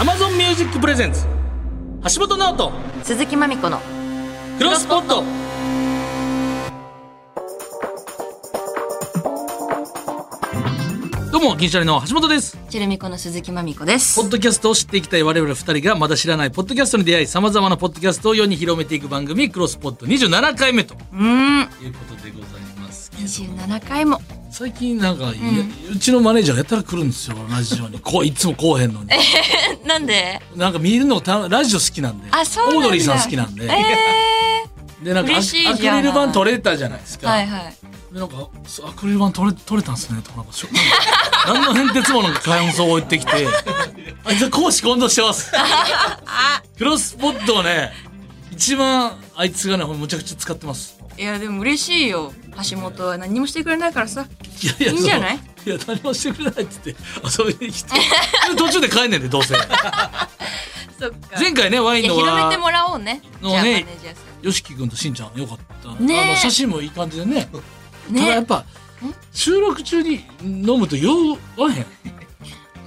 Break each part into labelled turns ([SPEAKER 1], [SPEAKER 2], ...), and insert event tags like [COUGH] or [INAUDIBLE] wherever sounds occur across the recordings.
[SPEAKER 1] Amazon Music Presents 橋本直人
[SPEAKER 2] 鈴木まみこの
[SPEAKER 1] クロスポットどうも銀シャリの橋本です
[SPEAKER 2] チェルミコの鈴木まみこです
[SPEAKER 1] ポッドキャストを知っていきたい我々二人がまだ知らないポッドキャストに出会いさまざまなポッドキャストを世に広めていく番組「クロスポット27回目と
[SPEAKER 2] うーん
[SPEAKER 1] いうことでございます
[SPEAKER 2] 27回も
[SPEAKER 1] 最近なんか、いやうちのマネージャーがやたら来るんですよラジオにこういつもこうへんのに
[SPEAKER 2] [LAUGHS] え [LAUGHS] なんで
[SPEAKER 1] なんか見るのたラジオ好きなんで
[SPEAKER 2] あそうなんだ
[SPEAKER 1] オードリーさん好きなんで、
[SPEAKER 2] えー、
[SPEAKER 1] でなんかア
[SPEAKER 2] 嬉しいじゃ
[SPEAKER 1] ア
[SPEAKER 2] ん
[SPEAKER 1] クリル板取れた [LAUGHS] じゃないですか、
[SPEAKER 2] はいはい
[SPEAKER 1] でなんかそうアクリル板取れ取れたんですねとかなんかしょなんか何 [LAUGHS] の変哲もなく感想を言ってきてあいつは公私混同して
[SPEAKER 2] [LAUGHS]
[SPEAKER 1] ますクロスポットをね一番あいつがねほんまむちゃくちゃ使ってます
[SPEAKER 2] いやでも嬉しいよ橋本は何もしてくれないからさ
[SPEAKER 1] いやいや
[SPEAKER 2] いいんじゃない
[SPEAKER 1] そのいや何もしてくれないっつって遊びに来てで途中で帰んねんでどうせ
[SPEAKER 2] そっか
[SPEAKER 1] 前回ねワイ
[SPEAKER 2] い
[SPEAKER 1] ン
[SPEAKER 2] や
[SPEAKER 1] の
[SPEAKER 2] 広め
[SPEAKER 1] は
[SPEAKER 2] てもらおうね
[SPEAKER 1] の
[SPEAKER 2] じゃあマネ
[SPEAKER 1] ね
[SPEAKER 2] ージャーさ
[SPEAKER 1] よしき君としんちゃんよかったね、
[SPEAKER 2] ねえ
[SPEAKER 1] あの写真もいい感じでね
[SPEAKER 2] ん
[SPEAKER 1] ただやっ
[SPEAKER 2] ね
[SPEAKER 1] ぱ収録中に飲むと酔わへん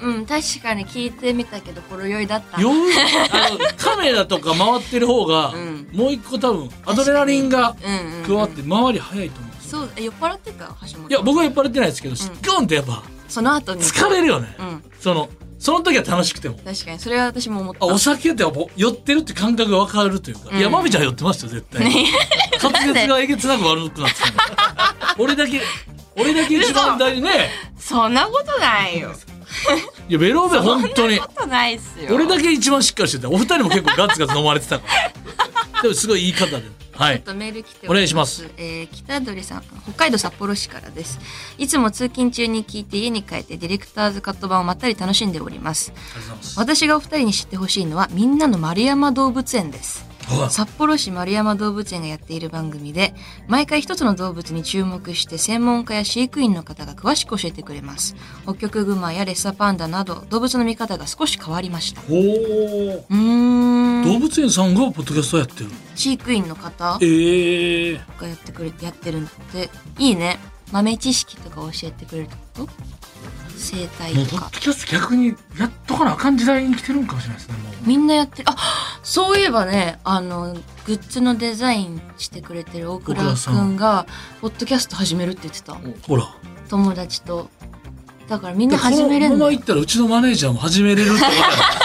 [SPEAKER 2] うん確かに聞いてみたけどほろ酔いだった
[SPEAKER 1] 酔うあのカメラとか回ってる方が、
[SPEAKER 2] うん
[SPEAKER 1] もう一個多分アドレナリンが
[SPEAKER 2] うんうん、うん、
[SPEAKER 1] 加わって回り早いと思うんですよ
[SPEAKER 2] そうえ酔っ払ってた橋本
[SPEAKER 1] いや僕は酔っ払ってないですけど、
[SPEAKER 2] ん
[SPEAKER 1] ゴンってやっぱ
[SPEAKER 2] その後に
[SPEAKER 1] 疲れるよね、
[SPEAKER 2] うん
[SPEAKER 1] そのその時は楽しくても
[SPEAKER 2] 確かにそれは私も思った
[SPEAKER 1] あお酒ってやっぱ酔ってるって感覚が分かるというか、
[SPEAKER 2] うん
[SPEAKER 1] いやまみちゃん酔ってましたよ絶対 [LAUGHS]
[SPEAKER 2] ね
[SPEAKER 1] 滑舌がえげつなく悪くなってたの [LAUGHS] 俺だけ俺だけ一番大事ね
[SPEAKER 2] そんなことないよ
[SPEAKER 1] いやベロベロ本当に
[SPEAKER 2] そんなことないっすよ
[SPEAKER 1] 俺だ
[SPEAKER 2] け
[SPEAKER 1] け一番しっかりしてたお二人も結構ガツガツ飲まれてたからでもすごい言い方では
[SPEAKER 2] ちょ
[SPEAKER 1] い
[SPEAKER 2] っとメール来て
[SPEAKER 1] お願いします。
[SPEAKER 2] えー北鳥さん、北海道札幌市からです。いつも通勤中に聞いて家に帰ってディレクターズカット版をまったり楽しんでおります。
[SPEAKER 1] ありがとうございます
[SPEAKER 2] 私がお二人に知ってほしいのは、みんなの丸山動物園です。
[SPEAKER 1] はい
[SPEAKER 2] 札幌市丸山動物園がやっている番組で毎回一つの動物に注目して専門家や飼育員の方が詳しく教えてくれます北極熊やレッサーパンダなど動物の見方が少し変わりましたう
[SPEAKER 1] おお。
[SPEAKER 2] ー
[SPEAKER 1] 動
[SPEAKER 2] ん
[SPEAKER 1] 物園さんがポッドキャストやってる。
[SPEAKER 2] 飼育員の方
[SPEAKER 1] ええー。
[SPEAKER 2] がやってくれてやってるんだっていいね豆知識とか教えてくれるってこと生態
[SPEAKER 1] もう
[SPEAKER 2] と
[SPEAKER 1] ポッ
[SPEAKER 2] か
[SPEAKER 1] ドキャスト逆にやっとかなあかん時代に来てるんかもしれないですね。もう
[SPEAKER 2] みんなやってるあそういえばねあのグッズのデザインしてくれてる大倉
[SPEAKER 1] 大倉
[SPEAKER 2] く
[SPEAKER 1] さん
[SPEAKER 2] んがポッドキャスト始めるって言ってた
[SPEAKER 1] ほら。
[SPEAKER 2] 友達とだからみんな始めれ
[SPEAKER 1] こ
[SPEAKER 2] る
[SPEAKER 1] のま
[SPEAKER 2] の
[SPEAKER 1] ま行ったらうちのマネージャーも始めれるってことなんで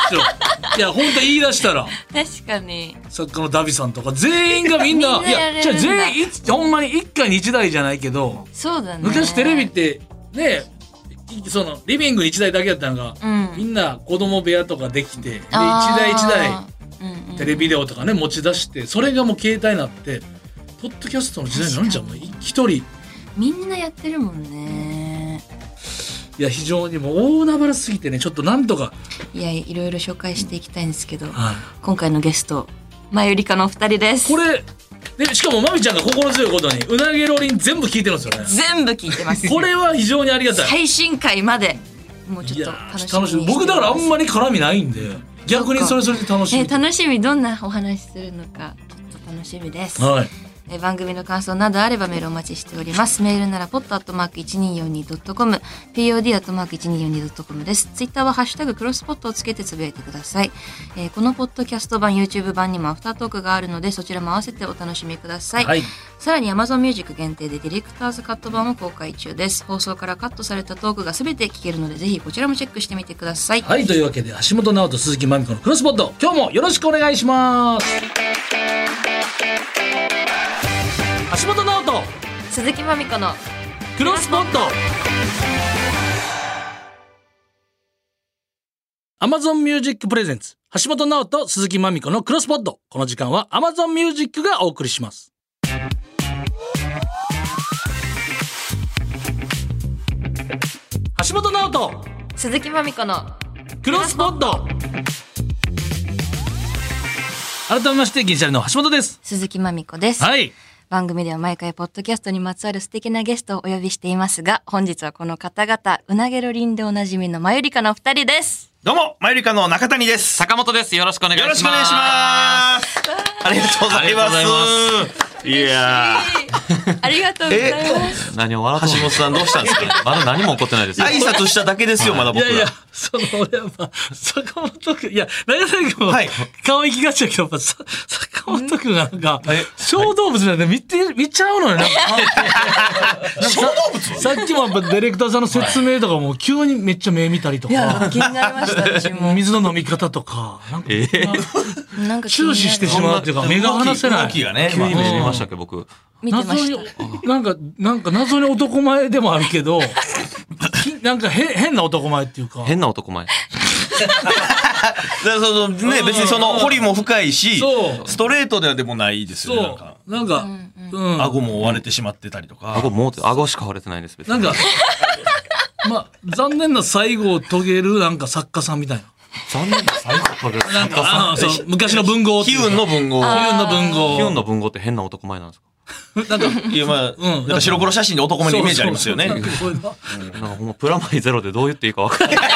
[SPEAKER 1] すよ。
[SPEAKER 2] [LAUGHS]
[SPEAKER 1] いや、本当言い出したら、
[SPEAKER 2] 確かに
[SPEAKER 1] 作家のダビさんとか、全員がみんな、
[SPEAKER 2] [LAUGHS] みんなやれるん
[SPEAKER 1] じゃ
[SPEAKER 2] だ
[SPEAKER 1] あ全員、いつほんまに一家に一台じゃないけど、
[SPEAKER 2] そうだね
[SPEAKER 1] 昔テレビって、ね、いその、リビング一台だけだったのが、
[SPEAKER 2] うん
[SPEAKER 1] みんな子供部屋とかできて、で、一
[SPEAKER 2] あー
[SPEAKER 1] 台一台、
[SPEAKER 2] うんうん
[SPEAKER 1] テレビデオとかね持ち出してそれがもう携帯になってポッドキャストの時代になるんじゃんもう
[SPEAKER 2] 確かに
[SPEAKER 1] 一人い
[SPEAKER 2] みんなやってるもんね
[SPEAKER 1] や非常にもう大海原すぎてねちょっとなんとか、
[SPEAKER 2] いやいろいろ紹介していきたいんですけど
[SPEAKER 1] はい、
[SPEAKER 2] 今回のゲスト前よりかのお二人です
[SPEAKER 1] これでしかもまみちゃんが心強いことにうなげロリン全部聞いてるんですよね
[SPEAKER 2] 全部聞いてます
[SPEAKER 1] これは非常にありがたい、
[SPEAKER 2] 最新回までもう
[SPEAKER 1] い
[SPEAKER 2] ちょっ
[SPEAKER 1] や
[SPEAKER 2] と
[SPEAKER 1] ー
[SPEAKER 2] 楽しみ
[SPEAKER 1] 楽しみ
[SPEAKER 2] に
[SPEAKER 1] 僕だからあんまり絡みないんで逆にそれそれで楽し
[SPEAKER 2] ね
[SPEAKER 1] み、
[SPEAKER 2] 楽しみどんなお話しするのかちょっと楽しみです
[SPEAKER 1] はい
[SPEAKER 2] えー番組の感想などあればメールお待ちしております。メールなら pod.1242.com、pod.1242.com です。ツイッターはハッシュタグクロスポットをつけてつぶやいてください。えーこのポッドキャスト版、YouTube 版にもアフタートークがあるので、そちらも合わせてお楽しみください。
[SPEAKER 1] はい
[SPEAKER 2] さらに Amazon Music 限定でディレクターズカット版を公開中です。放送からカットされたトークが全て聞けるので、ぜひこちらもチェックしてみてください。
[SPEAKER 1] はいというわけで橋本直人鈴木まみ子のクロスポット今日もよろしくお願いします橋本直人
[SPEAKER 2] 鈴木まみこの
[SPEAKER 1] クロスポット Amazon Music Presents 橋本直人鈴木まみ子のクロスポットこの時間は Amazon Music がお送りします橋本直人
[SPEAKER 2] 鈴木まみこの
[SPEAKER 1] クロスポット改めまして銀シャリの橋本です
[SPEAKER 2] 鈴木まみこです。
[SPEAKER 1] はい
[SPEAKER 2] 番組では毎回ポッドキャストにまつわる素敵なゲストをお呼びしていますが本日はこの方々うなげろりんでおなじみのまゆりかのお二人です
[SPEAKER 3] どうも、マユリカの中谷です。よ
[SPEAKER 4] 坂本です。よろしくお願いし
[SPEAKER 3] ろ
[SPEAKER 4] ま
[SPEAKER 3] し
[SPEAKER 4] す。
[SPEAKER 3] くお願いします。ありがとうございます。いや
[SPEAKER 2] [LAUGHS] ありがとうございます。
[SPEAKER 4] 何を笑って
[SPEAKER 3] 橋本さんどうしたんですか
[SPEAKER 4] まだ何も起こってないですよ。
[SPEAKER 3] 挨拶しただけですよ、まだ
[SPEAKER 1] い
[SPEAKER 3] 僕ら。
[SPEAKER 1] やいや、その、やっぱ、坂本くん、いや、長谷君も
[SPEAKER 3] はい、
[SPEAKER 1] 顔行きがちだけど、やっぱ、さ坂本くんがなんか
[SPEAKER 3] え、
[SPEAKER 1] 小動物なんで見て、見ちゃうのよね。小動物さ [LAUGHS] っきもやっぱディレクターさんの説明とかも、急にめっちゃ目見たりと
[SPEAKER 2] いや
[SPEAKER 1] か、
[SPEAKER 2] 気になりま [LAUGHS] した私も。
[SPEAKER 1] 水の飲み方とか、なんか、
[SPEAKER 4] えー
[SPEAKER 2] なんか気にな
[SPEAKER 1] 注
[SPEAKER 2] る
[SPEAKER 1] 視してしまうっていうか、目が離せない。
[SPEAKER 3] 動きがね、
[SPEAKER 4] 急に
[SPEAKER 3] まあ
[SPEAKER 4] 目見ましたっけ、僕。
[SPEAKER 2] 見て
[SPEAKER 1] 謎
[SPEAKER 2] まし
[SPEAKER 1] に
[SPEAKER 2] た。、
[SPEAKER 1] なんか、なんか謎に男前でもあるけど、きなんかへ変な男前っていうか。
[SPEAKER 4] 変な男前。
[SPEAKER 3] だからそのね、別にその、彫りも深いし
[SPEAKER 1] そ、う
[SPEAKER 3] ストレートではでもないですよね、なん
[SPEAKER 1] そ
[SPEAKER 3] か。
[SPEAKER 1] う。なんか、うん。
[SPEAKER 3] 顎も割れてしまってたりとか。
[SPEAKER 4] 顎もうて、顎しか割れてないです、別に
[SPEAKER 1] なんか、まあ、残念な最後を遂げるなんか作家さんみたいな。
[SPEAKER 4] 残念な最後です。
[SPEAKER 1] なんか、あのそう昔の文豪ってい
[SPEAKER 3] 悲
[SPEAKER 1] うか。
[SPEAKER 3] 運の文豪。
[SPEAKER 1] 悲運の文豪。
[SPEAKER 4] ヒュンの文豪って変な男前なんですか
[SPEAKER 1] なんか、
[SPEAKER 3] いや、まあ、
[SPEAKER 1] うん
[SPEAKER 3] なんか白黒写真で男前のイメージありますよね
[SPEAKER 1] そう。そうそう
[SPEAKER 4] なんかほんまプラマイゼロでどう言っていいか分からない。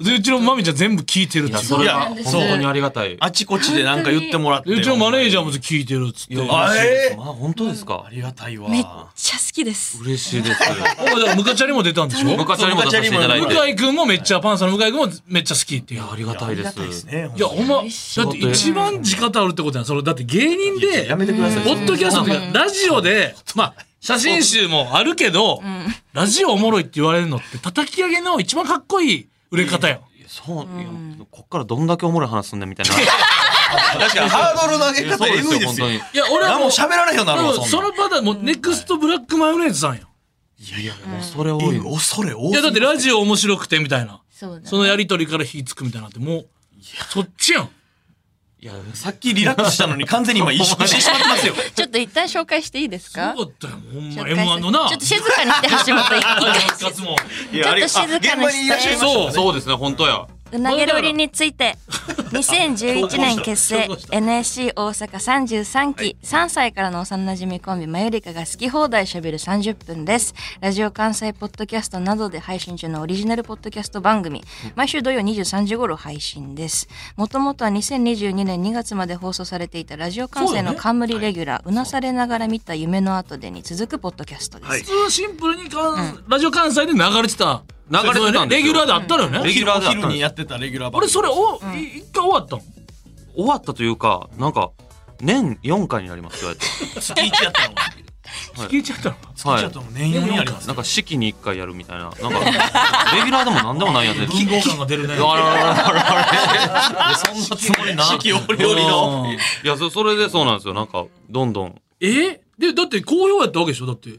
[SPEAKER 1] で、うちのまみちゃん全部聞いてるって
[SPEAKER 4] い
[SPEAKER 1] い
[SPEAKER 4] や、
[SPEAKER 1] う。
[SPEAKER 4] それは
[SPEAKER 2] そうなん
[SPEAKER 4] 本
[SPEAKER 2] です
[SPEAKER 4] 当にありがたい。
[SPEAKER 3] あちこちでなんか言ってもらって。
[SPEAKER 1] でうちのマネージャー
[SPEAKER 3] も。
[SPEAKER 1] も聞いてるっつって。
[SPEAKER 3] あ、えー
[SPEAKER 4] あ、本当です
[SPEAKER 3] あ
[SPEAKER 4] か
[SPEAKER 3] りがたいわ。
[SPEAKER 2] めっちゃ好きです。
[SPEAKER 4] 嬉しいです。
[SPEAKER 1] おだからムカチャリも出たんでしょ向
[SPEAKER 4] 昔にも出させていただいて。い
[SPEAKER 1] 井くんもめっちゃ、パンサーの向井くんもめっちゃ好きっていう。
[SPEAKER 4] やありがたいです。
[SPEAKER 3] ね
[SPEAKER 1] いや、ほんま、だって
[SPEAKER 2] 嬉しい
[SPEAKER 1] 一番地方あるってことやん。その、だって芸人
[SPEAKER 3] いや
[SPEAKER 1] で
[SPEAKER 3] や、めてください。
[SPEAKER 1] ポッドキャストとか、ラジオで、まあ、写真集もあるけど、ラジオおもろいって言われるのって、叩き上げの一番かっこいい売れ方やん。
[SPEAKER 4] そう、いやこっからどんだけおもろい話すんねんみたいな。
[SPEAKER 3] 確かにハードルの上げ方
[SPEAKER 4] そう
[SPEAKER 3] え
[SPEAKER 4] です
[SPEAKER 3] ぐい
[SPEAKER 4] よ、
[SPEAKER 3] で
[SPEAKER 4] 本
[SPEAKER 3] すよ
[SPEAKER 4] 当。に。
[SPEAKER 1] いや、俺は
[SPEAKER 3] 何
[SPEAKER 1] も
[SPEAKER 3] も
[SPEAKER 1] う、
[SPEAKER 3] 喋られへんようになるわ、
[SPEAKER 1] 多分
[SPEAKER 3] そ
[SPEAKER 1] そ
[SPEAKER 3] んな
[SPEAKER 1] のパターン、もう、ネクストブラックマヨネーズさんやん。
[SPEAKER 4] いやいや、恐れ多い
[SPEAKER 3] ん。。恐れ多い。
[SPEAKER 1] いや、だってラジオ面白くて、みたいな。
[SPEAKER 2] そうだ
[SPEAKER 1] そ。のやりとりから火つくみたいなって、もう、そっちやん。
[SPEAKER 4] いや、
[SPEAKER 3] さっきリラックスしたのに完全に今萎縮してしまってますよ。
[SPEAKER 2] ちょっと一旦紹介していいです
[SPEAKER 1] よ
[SPEAKER 2] か
[SPEAKER 1] か？ったよ、ほんま、
[SPEAKER 2] 紹介す
[SPEAKER 1] M1 のな。
[SPEAKER 2] ちょっと静かにして橋本一
[SPEAKER 1] あ
[SPEAKER 2] 回
[SPEAKER 1] の [LAUGHS] 復活も。
[SPEAKER 3] いや
[SPEAKER 2] ちょっと静かにして
[SPEAKER 3] あれあ現場にいらっしゃいました
[SPEAKER 1] そう。
[SPEAKER 4] そうですね、本当や。
[SPEAKER 2] うなげろりについ
[SPEAKER 1] [LAUGHS]
[SPEAKER 2] て2011年結成 NSC 大阪33期3歳からの幼馴染コンビマユリカが好き放題しゃべる30分ですラジオ関西ポッドキャストなどで配信中のオリジナルポッドキャスト番組毎週土曜23時頃配信ですもともとは2022年2月まで放送されていたラジオ関西の冠レギュラーうなされながら見た夢の後でに続くポッドキャストです、
[SPEAKER 3] はい
[SPEAKER 1] 普通シンプルにかん、ラジオ関西で流れてた
[SPEAKER 4] 流れてたんですよ
[SPEAKER 1] そうねレギュラーであったのよね、
[SPEAKER 4] レギュラーであ
[SPEAKER 3] お
[SPEAKER 4] ったんです
[SPEAKER 3] 昼にやってたレギュラー番
[SPEAKER 1] 俺
[SPEAKER 3] 組
[SPEAKER 1] それを、い一回終わったの
[SPEAKER 4] 終わったというか、なんか、年4回になります、そうやって。
[SPEAKER 3] 月1やったの。
[SPEAKER 1] 聞いちゃったの
[SPEAKER 3] 月1やったの年4になります。
[SPEAKER 4] なんか、式に1回やるみたいな。なんか、レギュラーでも何でもないやつで。
[SPEAKER 1] 文豪感が出るね
[SPEAKER 4] あらららららいやそんなつもりな。
[SPEAKER 3] 四季折々の
[SPEAKER 1] うん
[SPEAKER 4] いや、そそれでそうなんですよ。なんか、どんどん。
[SPEAKER 1] えでだって好評やったわけでしょだって
[SPEAKER 4] い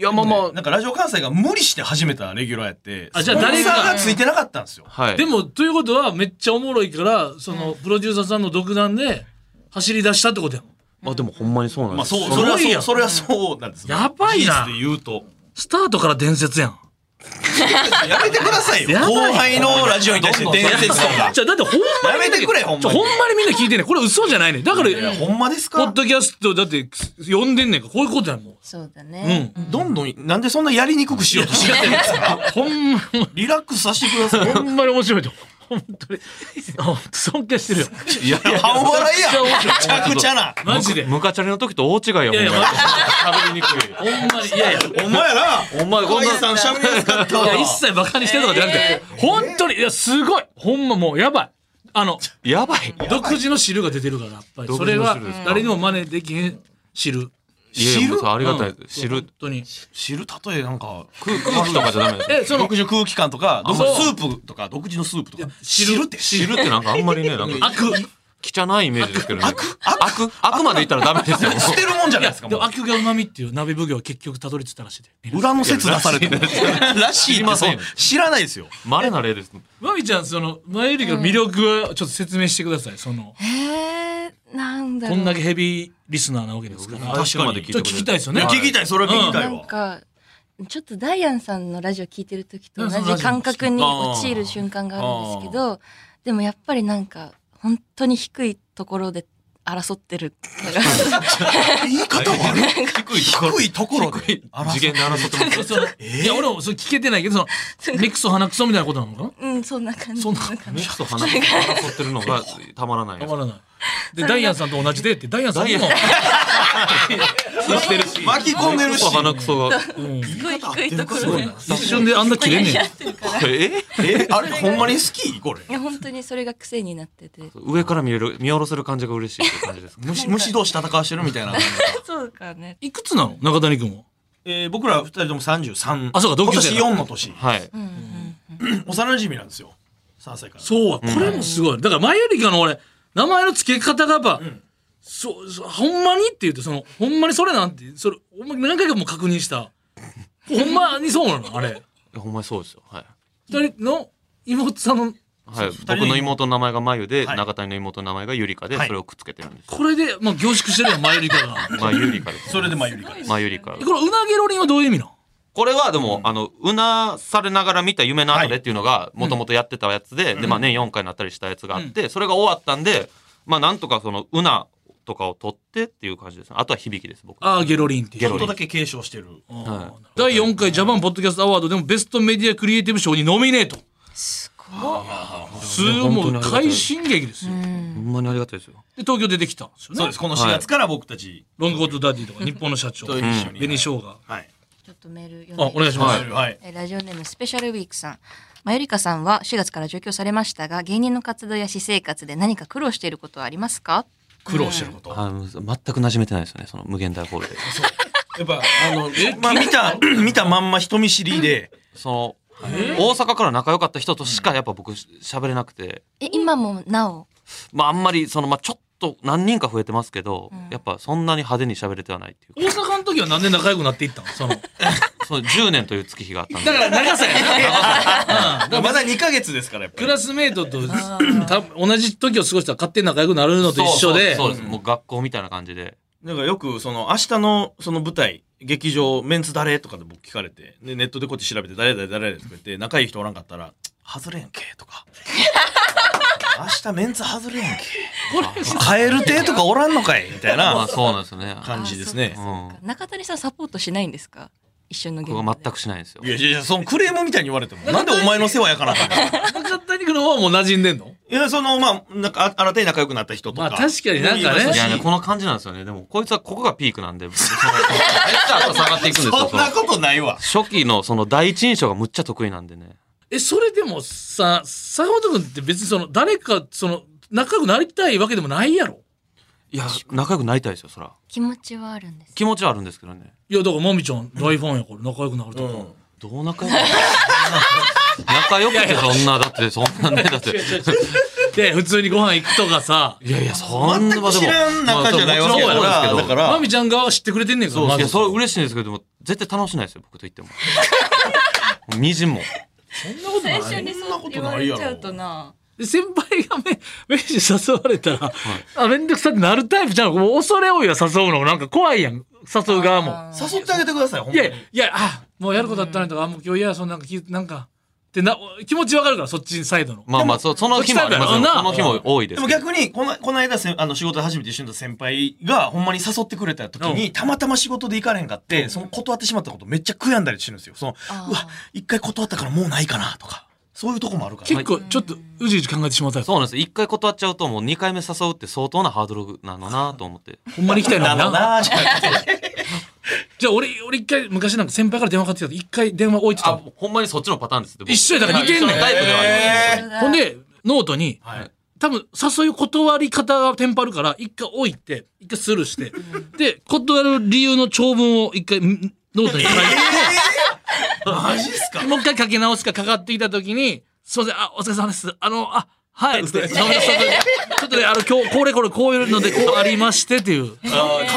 [SPEAKER 4] や、まあまあ、
[SPEAKER 3] なんかラジオ関西が無理して始めたレギュラーやって、
[SPEAKER 1] あじゃあ誰が
[SPEAKER 3] スポンサーがついてなかったんですよ。
[SPEAKER 4] はい。
[SPEAKER 1] でもということはめっちゃおもろいからそのプロデューサーさんの独断で走り出したってことやん
[SPEAKER 4] あ、でもほんまにそうなん
[SPEAKER 3] ま
[SPEAKER 4] で
[SPEAKER 3] あ
[SPEAKER 4] すよ。
[SPEAKER 3] そう、
[SPEAKER 1] す
[SPEAKER 3] それ
[SPEAKER 1] ご
[SPEAKER 3] はい
[SPEAKER 1] や
[SPEAKER 3] そ
[SPEAKER 1] ん
[SPEAKER 3] う、それはそうなんですよ
[SPEAKER 1] やばいな
[SPEAKER 3] 事実で言うと。
[SPEAKER 1] スタートから伝説やん
[SPEAKER 3] やめてくださいよ。
[SPEAKER 1] やばい
[SPEAKER 3] 後輩のラジオに対して伝説とか。
[SPEAKER 1] じゃあだってほんまに
[SPEAKER 3] やめてくれほんまに
[SPEAKER 1] ちょほんまにみんな聞いてんねんこれ嘘じゃないねんだから
[SPEAKER 3] いやほんまです
[SPEAKER 1] ポッ
[SPEAKER 3] か
[SPEAKER 1] ドキャストだって呼んでんねんからこういうことやんもん
[SPEAKER 2] そうだ
[SPEAKER 1] う
[SPEAKER 2] ね、
[SPEAKER 1] ん
[SPEAKER 3] どんどん、なんでそんなやりにくくしようとしてるん
[SPEAKER 1] [LAUGHS]
[SPEAKER 3] ですか
[SPEAKER 1] ほんま
[SPEAKER 3] リラックスさせてください。
[SPEAKER 1] ほんまに面白いと思う。本当に。あ尊敬してるよ。
[SPEAKER 4] いや、
[SPEAKER 3] 半笑いやん。めちゃくちゃな。
[SPEAKER 1] マジで。い
[SPEAKER 4] ムカチャリの時と大違いやもん。
[SPEAKER 1] やいや、マジ
[SPEAKER 4] 喋りにくい。
[SPEAKER 1] で。ほんまに。いやいや。
[SPEAKER 3] お前やな。
[SPEAKER 4] お前、こんな
[SPEAKER 3] おさん喋りやすかったわ
[SPEAKER 1] いや一切バカにしてるとかじゃなくて、本当に、いや、すごい。ほんまもう、やばい。あの、
[SPEAKER 4] やばい。
[SPEAKER 1] 独自の汁が出てるから、やっぱり。それは
[SPEAKER 4] 独自の汁です、か
[SPEAKER 1] 誰にも真似できへん汁。
[SPEAKER 4] いやいや、もうそれありがたいです。
[SPEAKER 1] う
[SPEAKER 4] 知
[SPEAKER 1] ん
[SPEAKER 4] る
[SPEAKER 1] 本。当に。
[SPEAKER 3] 知る例えなんか、
[SPEAKER 4] 空空気とかじゃダメです。
[SPEAKER 1] え、その
[SPEAKER 3] 独、自の空気感とか、独自の
[SPEAKER 1] そ
[SPEAKER 3] ス
[SPEAKER 1] う
[SPEAKER 3] ープとか、独自のスープとか。
[SPEAKER 1] 知る
[SPEAKER 3] 知るって
[SPEAKER 4] 知るってなんかあんまりね、なんか、
[SPEAKER 1] 悪。
[SPEAKER 4] 汚いイメージですけどね。悪悪悪まで言ったらダメですよ。もう
[SPEAKER 3] 捨てるもんじゃないですか、
[SPEAKER 1] で
[SPEAKER 3] もう
[SPEAKER 1] も、悪が旨味っていう鍋奉行は結局たどり着いたらしいで。
[SPEAKER 3] 裏の説出されてる。らしいってそう
[SPEAKER 4] 知りません
[SPEAKER 3] 知らないですよ。
[SPEAKER 4] まれな例です。
[SPEAKER 1] まみちゃん、その、前よりの魅力をちょっと説明してください。その、
[SPEAKER 2] えー、なんだろ
[SPEAKER 1] こ
[SPEAKER 2] うん
[SPEAKER 1] だけヘビーリスナーなわけですから。
[SPEAKER 4] 確かに
[SPEAKER 1] ちょっと聞きたいですよね。
[SPEAKER 3] 聞きたい、それは聞きた
[SPEAKER 2] ないん
[SPEAKER 3] わ。
[SPEAKER 2] かちょっとダイアンさんのラジオ聞いてる時と
[SPEAKER 1] うんそのラ
[SPEAKER 2] 同
[SPEAKER 1] ジ
[SPEAKER 2] じ
[SPEAKER 1] オ
[SPEAKER 2] 感覚に陥る瞬間があるんですけどでもやっぱりなんか本当に低いところで争ってる [LAUGHS]
[SPEAKER 3] 言い方悪い。
[SPEAKER 4] 低い
[SPEAKER 3] 低いところで。
[SPEAKER 4] 次元で争ってます。
[SPEAKER 1] そのいや俺もそれ聞けてないけどその目くそ鼻くそみたいなことなのかな
[SPEAKER 2] うんそんな感じ
[SPEAKER 1] そんな
[SPEAKER 2] なんかね
[SPEAKER 4] 目と鼻と争ってるのがたまらない
[SPEAKER 1] わからないでダイアンさんと同じでってダイアンさんにも
[SPEAKER 4] ダイしてるし
[SPEAKER 3] 巻き込んでるし
[SPEAKER 4] 鼻くそが
[SPEAKER 1] うん
[SPEAKER 2] すごい低いとこ
[SPEAKER 1] す
[SPEAKER 2] ろ
[SPEAKER 1] ご
[SPEAKER 2] で
[SPEAKER 1] いな一瞬であんな切れんねん
[SPEAKER 2] やってるからい
[SPEAKER 4] え
[SPEAKER 3] えあれほんまに好きこれ
[SPEAKER 2] や本当にそれが癖になってて
[SPEAKER 4] 上から見える見下ろせる感じが嬉しいっていう感じですか
[SPEAKER 3] 虫虫同士戦わしてるみたいな
[SPEAKER 2] そうかね
[SPEAKER 1] いくつなの中谷君も
[SPEAKER 3] えー僕ら二人とも33
[SPEAKER 1] あそうか同級生だ
[SPEAKER 3] 今年4の年
[SPEAKER 4] はい
[SPEAKER 2] うんうん
[SPEAKER 3] 幼馴染なんですよ3歳から
[SPEAKER 1] そうこれもすごいだから前よりかの俺名前の付け方がやっぱ、
[SPEAKER 3] ん
[SPEAKER 1] そうそうほんまにって言うとそのほんまにそれなんてそれほんま何回かも確認したほんまにそうなのあれ
[SPEAKER 4] いやほんまにそうですよはい
[SPEAKER 1] 二人の妹さんの
[SPEAKER 4] はい
[SPEAKER 3] 人、
[SPEAKER 4] 僕の妹の名前がまゆで、
[SPEAKER 3] はい
[SPEAKER 4] 中谷の妹の名前がゆりかで、
[SPEAKER 3] はい
[SPEAKER 4] それをくっつけてるんです。
[SPEAKER 1] これで、まあ、凝縮してるよ前よりか [LAUGHS] が
[SPEAKER 4] まあ、ゆりかです。
[SPEAKER 3] それでまあゆりかです
[SPEAKER 4] まあ、ゆりか
[SPEAKER 1] え。これうなげろりんはどういう意味なの
[SPEAKER 4] これはでも、あの、うなされながら見た夢の後でっていうのが、もともとやってたやつで、で、まあ、年4回になったりしたやつがあって、それが終わったんで、まあ、なんとかその、うなとかを取ってっていう感じですね。あとは響きです、僕。
[SPEAKER 1] ああゲロリンっていう
[SPEAKER 3] ち
[SPEAKER 4] ゲ
[SPEAKER 3] ょ
[SPEAKER 4] ロ
[SPEAKER 3] っ
[SPEAKER 4] リ
[SPEAKER 3] と
[SPEAKER 4] ン
[SPEAKER 3] だけ継承してる
[SPEAKER 1] あー第4回ジャパンポッドキャストアワードでもベストメディアクリエイティブ賞にノミネート
[SPEAKER 2] すごい
[SPEAKER 1] すごいも
[SPEAKER 4] 本当
[SPEAKER 1] う
[SPEAKER 4] にありがたい
[SPEAKER 1] 快進撃ですよ
[SPEAKER 2] う
[SPEAKER 1] で
[SPEAKER 4] ほ
[SPEAKER 2] ん
[SPEAKER 4] んまにありがたいですよ。
[SPEAKER 1] 東京出てきたんですよね
[SPEAKER 3] そうですこの4月から僕たち
[SPEAKER 1] ロングコートダディとか日本の社長
[SPEAKER 3] と一
[SPEAKER 1] 紅
[SPEAKER 3] 緒
[SPEAKER 1] 生
[SPEAKER 3] に
[SPEAKER 1] 姜
[SPEAKER 3] はい
[SPEAKER 2] ちょっとメール読んで
[SPEAKER 1] あお願いします
[SPEAKER 3] はいはい
[SPEAKER 2] えーラジオネームスペシャルウィークさん。まゆりかさんは4月から上京されましたが、芸人の活動や私生活で何か苦労していることはありますか
[SPEAKER 1] 苦労してること
[SPEAKER 4] あの、全く馴染めてないですよね、その無限大ホール [LAUGHS] で。
[SPEAKER 3] やっぱあのまあ見た見たまんま人見知りで
[SPEAKER 4] その、大阪から仲良かった人としかやっぱ僕し喋れなくて、
[SPEAKER 2] え、今もなお。
[SPEAKER 4] まああんまりその、まあちょっと何人か増えてますけど、やっぱそんなに派手に喋れてはないっていうか
[SPEAKER 1] 大阪の時はなんで仲良くなっていったのそのだ
[SPEAKER 4] その10年という月日があったんで。
[SPEAKER 1] から長さやなうんだから
[SPEAKER 3] まだ2ヶ月ですからやっぱ
[SPEAKER 1] ク
[SPEAKER 3] り
[SPEAKER 1] ラスメートとた同じ時を過ごしたら勝手に仲良くなるのと一緒で
[SPEAKER 4] そうそうそうです。もう学校みたいな感じで。
[SPEAKER 3] なんかよくその明日のその舞台劇場メンツ誰とかで僕聞かれてでネットでこっち調べて誰誰誰々とか言って仲いい人おらんかったら「外れんけ」と [LAUGHS] か「明日メンツ外れんけ」カエル亭とかおらんのかいみたい
[SPEAKER 4] ま
[SPEAKER 3] な
[SPEAKER 4] あそうなんですよね。
[SPEAKER 3] 感じですね
[SPEAKER 2] あ。そうかそうか中谷さんサポートしないんですか一緒の現場
[SPEAKER 4] 僕
[SPEAKER 2] で
[SPEAKER 4] は全くしないんですよ
[SPEAKER 3] い。やいやいやそのクレームみたいに言われてもなんでお前の世話やからなあかんの
[SPEAKER 1] 中谷君の方はもう馴染んでんの
[SPEAKER 3] [LAUGHS] いやそのまあなんかあ新たに仲良くなった人とか、
[SPEAKER 1] まあ確かになんかね
[SPEAKER 4] い
[SPEAKER 3] い
[SPEAKER 4] や
[SPEAKER 3] や
[SPEAKER 4] ね、この感じなんですよね。でも、こいつはここがピークなんで、僕そのめっちゃ後下がっていくんですよ。
[SPEAKER 3] そんなことないわ
[SPEAKER 4] その初期のその第一印象がむっちゃ得意なんでね。
[SPEAKER 1] えそれでもさ坂本君って別にその誰かその仲良くなりたいわけでもないやろ
[SPEAKER 4] いや、仲良くなりたいですよ、そら。
[SPEAKER 2] 気持ちはあるんです。
[SPEAKER 4] 気持ちはあるんですけどね。
[SPEAKER 1] いやだからまみちゃん大ファンやから仲良くなるとか、
[SPEAKER 4] どう仲良く [LAUGHS] 仲良くてそんな、だってそんなね、だって。
[SPEAKER 1] で普通にご飯行くとかさ
[SPEAKER 4] いやいや、そんな、
[SPEAKER 3] 全く知らん仲じゃないわけや
[SPEAKER 4] まあ
[SPEAKER 3] から
[SPEAKER 4] そうもちろんそうですけど
[SPEAKER 3] だから
[SPEAKER 1] まみちゃん側は知ってくれてんねんからま
[SPEAKER 4] い
[SPEAKER 1] ず
[SPEAKER 4] や、それは嬉しいんですけど、でも、絶対楽しないですよ、僕と言っても。みじんも。
[SPEAKER 1] そんなこ
[SPEAKER 2] 最
[SPEAKER 1] とな
[SPEAKER 2] 初
[SPEAKER 1] い
[SPEAKER 2] に
[SPEAKER 3] そんな
[SPEAKER 2] そう
[SPEAKER 3] こと
[SPEAKER 2] 言
[SPEAKER 3] な
[SPEAKER 2] わ
[SPEAKER 3] い
[SPEAKER 2] れ
[SPEAKER 3] やろ
[SPEAKER 2] ちゃうとな。
[SPEAKER 1] で先輩がめメッシ誘われたら、あめんどくさってなるタイプじゃんもう恐れ多いわ誘うのなんか怖いやん誘う側も
[SPEAKER 2] あー
[SPEAKER 3] 誘ってあげてくださいほん
[SPEAKER 1] い
[SPEAKER 3] ま
[SPEAKER 1] や
[SPEAKER 3] に
[SPEAKER 1] いやあもうやることあったらとか、あもう今日いやそんなんかきなんかってな気持ちわかるからそっちサイドの、
[SPEAKER 4] まあまあ、そその日もあります
[SPEAKER 1] で
[SPEAKER 4] よ
[SPEAKER 1] も
[SPEAKER 4] その日も多い
[SPEAKER 3] で
[SPEAKER 4] で
[SPEAKER 3] すも
[SPEAKER 4] けど。
[SPEAKER 3] 逆にこのこの間せあの仕事で初めて一緒にいた先輩がほんまに誘ってくれた時に、たまたま仕事で行かれへんかって、その断ってしまったことめっちゃ悔やんだりしてるんですよその
[SPEAKER 2] あー
[SPEAKER 3] うわ一回断ったからもうないかなとかそういうとこもあるから、
[SPEAKER 1] 結構ちょっとうじうじ考えてしまったよ
[SPEAKER 4] そうなんです。一回断っちゃうと、もう二回目誘うって相当なハードルなのなと思って。
[SPEAKER 1] ほんまに行きたいの
[SPEAKER 3] な
[SPEAKER 1] にな
[SPEAKER 3] のなーじゃなくて
[SPEAKER 1] じゃあ俺俺一回昔なんか先輩から電話かかってきた時一回電話置いてた
[SPEAKER 4] あ
[SPEAKER 1] の、
[SPEAKER 4] ほんまにそっちのパターンですって。僕
[SPEAKER 1] 一緒やだから似てんねん
[SPEAKER 4] 一緒のタイプではありますね。
[SPEAKER 2] ー
[SPEAKER 1] ほんでノートに、
[SPEAKER 3] はい
[SPEAKER 1] 多分誘い断り方がテンパるから一回置いて一回スルーしてで断る理由の長文を一回んノートに書い
[SPEAKER 3] マジっすか
[SPEAKER 1] てもう一回書き直すかかかってきた時に「すいませんあお疲れ様ですあのあはい」って「ちょっとねあの今日これこれこういうのでこうありまして」っていう
[SPEAKER 3] カ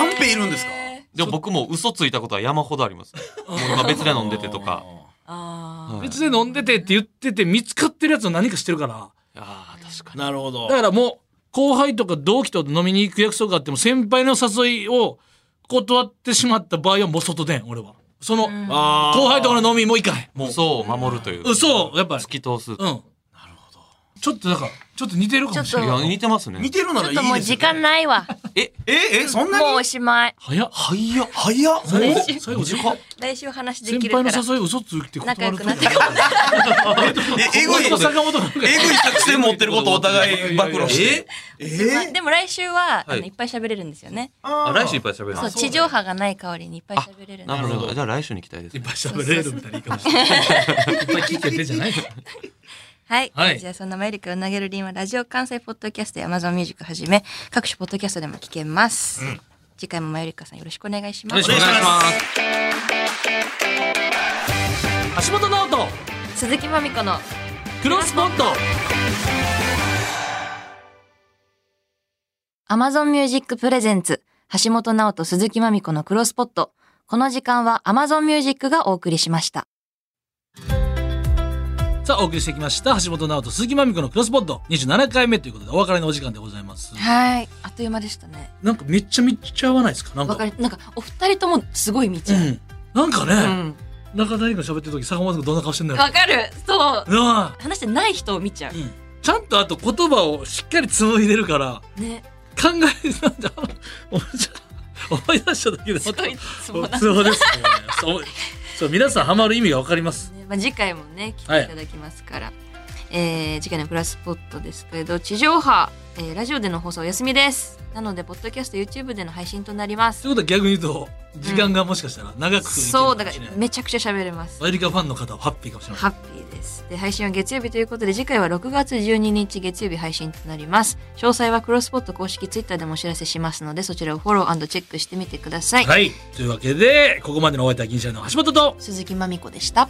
[SPEAKER 3] ンペいるんですか
[SPEAKER 4] でも僕も嘘ついたことは山ほどあります。もう今別で飲んでてとか。
[SPEAKER 2] あ
[SPEAKER 4] はい
[SPEAKER 1] 別で飲んでてって言ってて見つかってるやつを何かしてるから
[SPEAKER 4] ああ、確か
[SPEAKER 3] なるほど
[SPEAKER 1] だからもう後輩とか同期と飲みに行く約束があっても先輩の誘いを断ってしまった場合はもう外でん俺はその
[SPEAKER 3] あー
[SPEAKER 1] 後輩と俺飲みもういかへんも
[SPEAKER 4] に。嘘を守るという。
[SPEAKER 1] う嘘をやっぱり
[SPEAKER 4] 突き通す。
[SPEAKER 1] うん。ちょっとなんかちょっと似てるかもしれ
[SPEAKER 4] い
[SPEAKER 1] ない
[SPEAKER 4] や似てますね
[SPEAKER 3] 似てるな
[SPEAKER 2] ちょっ
[SPEAKER 3] らいいで
[SPEAKER 2] と
[SPEAKER 3] す
[SPEAKER 2] もう時間ないわ。
[SPEAKER 4] え
[SPEAKER 3] ええそんなに
[SPEAKER 2] もうおしまい。
[SPEAKER 1] 早っ
[SPEAKER 3] 早っ早っ
[SPEAKER 1] 最後最後
[SPEAKER 3] 短っ
[SPEAKER 2] 来週話で
[SPEAKER 1] 先
[SPEAKER 2] きる
[SPEAKER 1] 輩
[SPEAKER 2] か
[SPEAKER 1] の
[SPEAKER 2] ら。
[SPEAKER 1] 誘い嘘ついて断
[SPEAKER 2] 仲良
[SPEAKER 1] る
[SPEAKER 2] く
[SPEAKER 1] と
[SPEAKER 2] な
[SPEAKER 1] か
[SPEAKER 2] ってください。
[SPEAKER 3] ええぐいえ
[SPEAKER 1] 本当坂本なんか
[SPEAKER 3] ぐい作戦持ってることをお互い暴露してえ
[SPEAKER 2] まあでも来週は、あ
[SPEAKER 4] は
[SPEAKER 2] の
[SPEAKER 4] い
[SPEAKER 2] いっぱい喋れるんですよね。
[SPEAKER 4] あ
[SPEAKER 3] あ
[SPEAKER 4] 来週いっぱい喋る
[SPEAKER 2] そう地上波がない代わりにいっぱい喋れるんで
[SPEAKER 4] なるほどじゃあ来週に期待です
[SPEAKER 1] いっ
[SPEAKER 4] ね
[SPEAKER 1] ぱい喋れるみたいないいかもし [LAUGHS] れない。いっぱい聞いててじゃないから。
[SPEAKER 2] はい、
[SPEAKER 1] はい
[SPEAKER 2] じゃあそんなマイル君を投げるリンはラジオ関西ポッドキャストや Amazon ミュージックはじめ各種ポッドキャストでも聞けます、次回もマイルカさんよろしくお願いします
[SPEAKER 3] お願いします
[SPEAKER 1] 橋本直人
[SPEAKER 2] 鈴木まみこの
[SPEAKER 1] クロスポット
[SPEAKER 2] Amazon ミュージックプレゼンツ橋本直人鈴木まみこのクロスポットこの時間は Amazon ミュージックがお送りしました
[SPEAKER 1] さあお送りしてきました橋本直人鈴木まみこのクロスポット27回目ということでお別れのお時間でございます。
[SPEAKER 2] はいあっという間でしたね
[SPEAKER 1] なんかめっちゃめっちゃ合わないですかなん
[SPEAKER 2] わか
[SPEAKER 1] か。
[SPEAKER 2] りなんかお二人ともすごい道
[SPEAKER 1] う、ん。なんか
[SPEAKER 2] う
[SPEAKER 1] ね、
[SPEAKER 2] ん、
[SPEAKER 1] 中谷君喋ってる時坂本君どんな顔してんだよ。
[SPEAKER 2] わかるそう
[SPEAKER 1] なあ。
[SPEAKER 2] 話してない人を見ちゃ
[SPEAKER 1] うんちゃんとあと言葉をしっかり紡いでるから
[SPEAKER 2] うね
[SPEAKER 1] 考えなんてあの思いちゃ思い出しただけで
[SPEAKER 2] すごいつもな
[SPEAKER 1] 通報ですね。そう、そう皆さんハマる意味がわかります。
[SPEAKER 2] ねまあ、次回もね来ていただきますから、えー次回の「プラスポット」ですけど地上波、えーラジオでの放送お休みですなのでポッドキャスト YouTube での配信となりま
[SPEAKER 1] と
[SPEAKER 2] す
[SPEAKER 1] いうことは逆に言うと時間がもしかしたら長く続いてる
[SPEAKER 2] そうだか
[SPEAKER 1] しれな
[SPEAKER 2] ら
[SPEAKER 1] い
[SPEAKER 2] めちゃくちゃ喋れます
[SPEAKER 1] マイリカファンの方はハッピーかもしれない。
[SPEAKER 2] ハッピーですで配信は月曜日ということで次回は6月12日月曜日配信となります詳細はクロスポット公式 Twitter でもお知らせしますのでそちらをフォローチェックしてみてください、
[SPEAKER 1] はい、というわけでここまでのお相手は銀シャリの橋本と
[SPEAKER 2] 鈴木まみこでした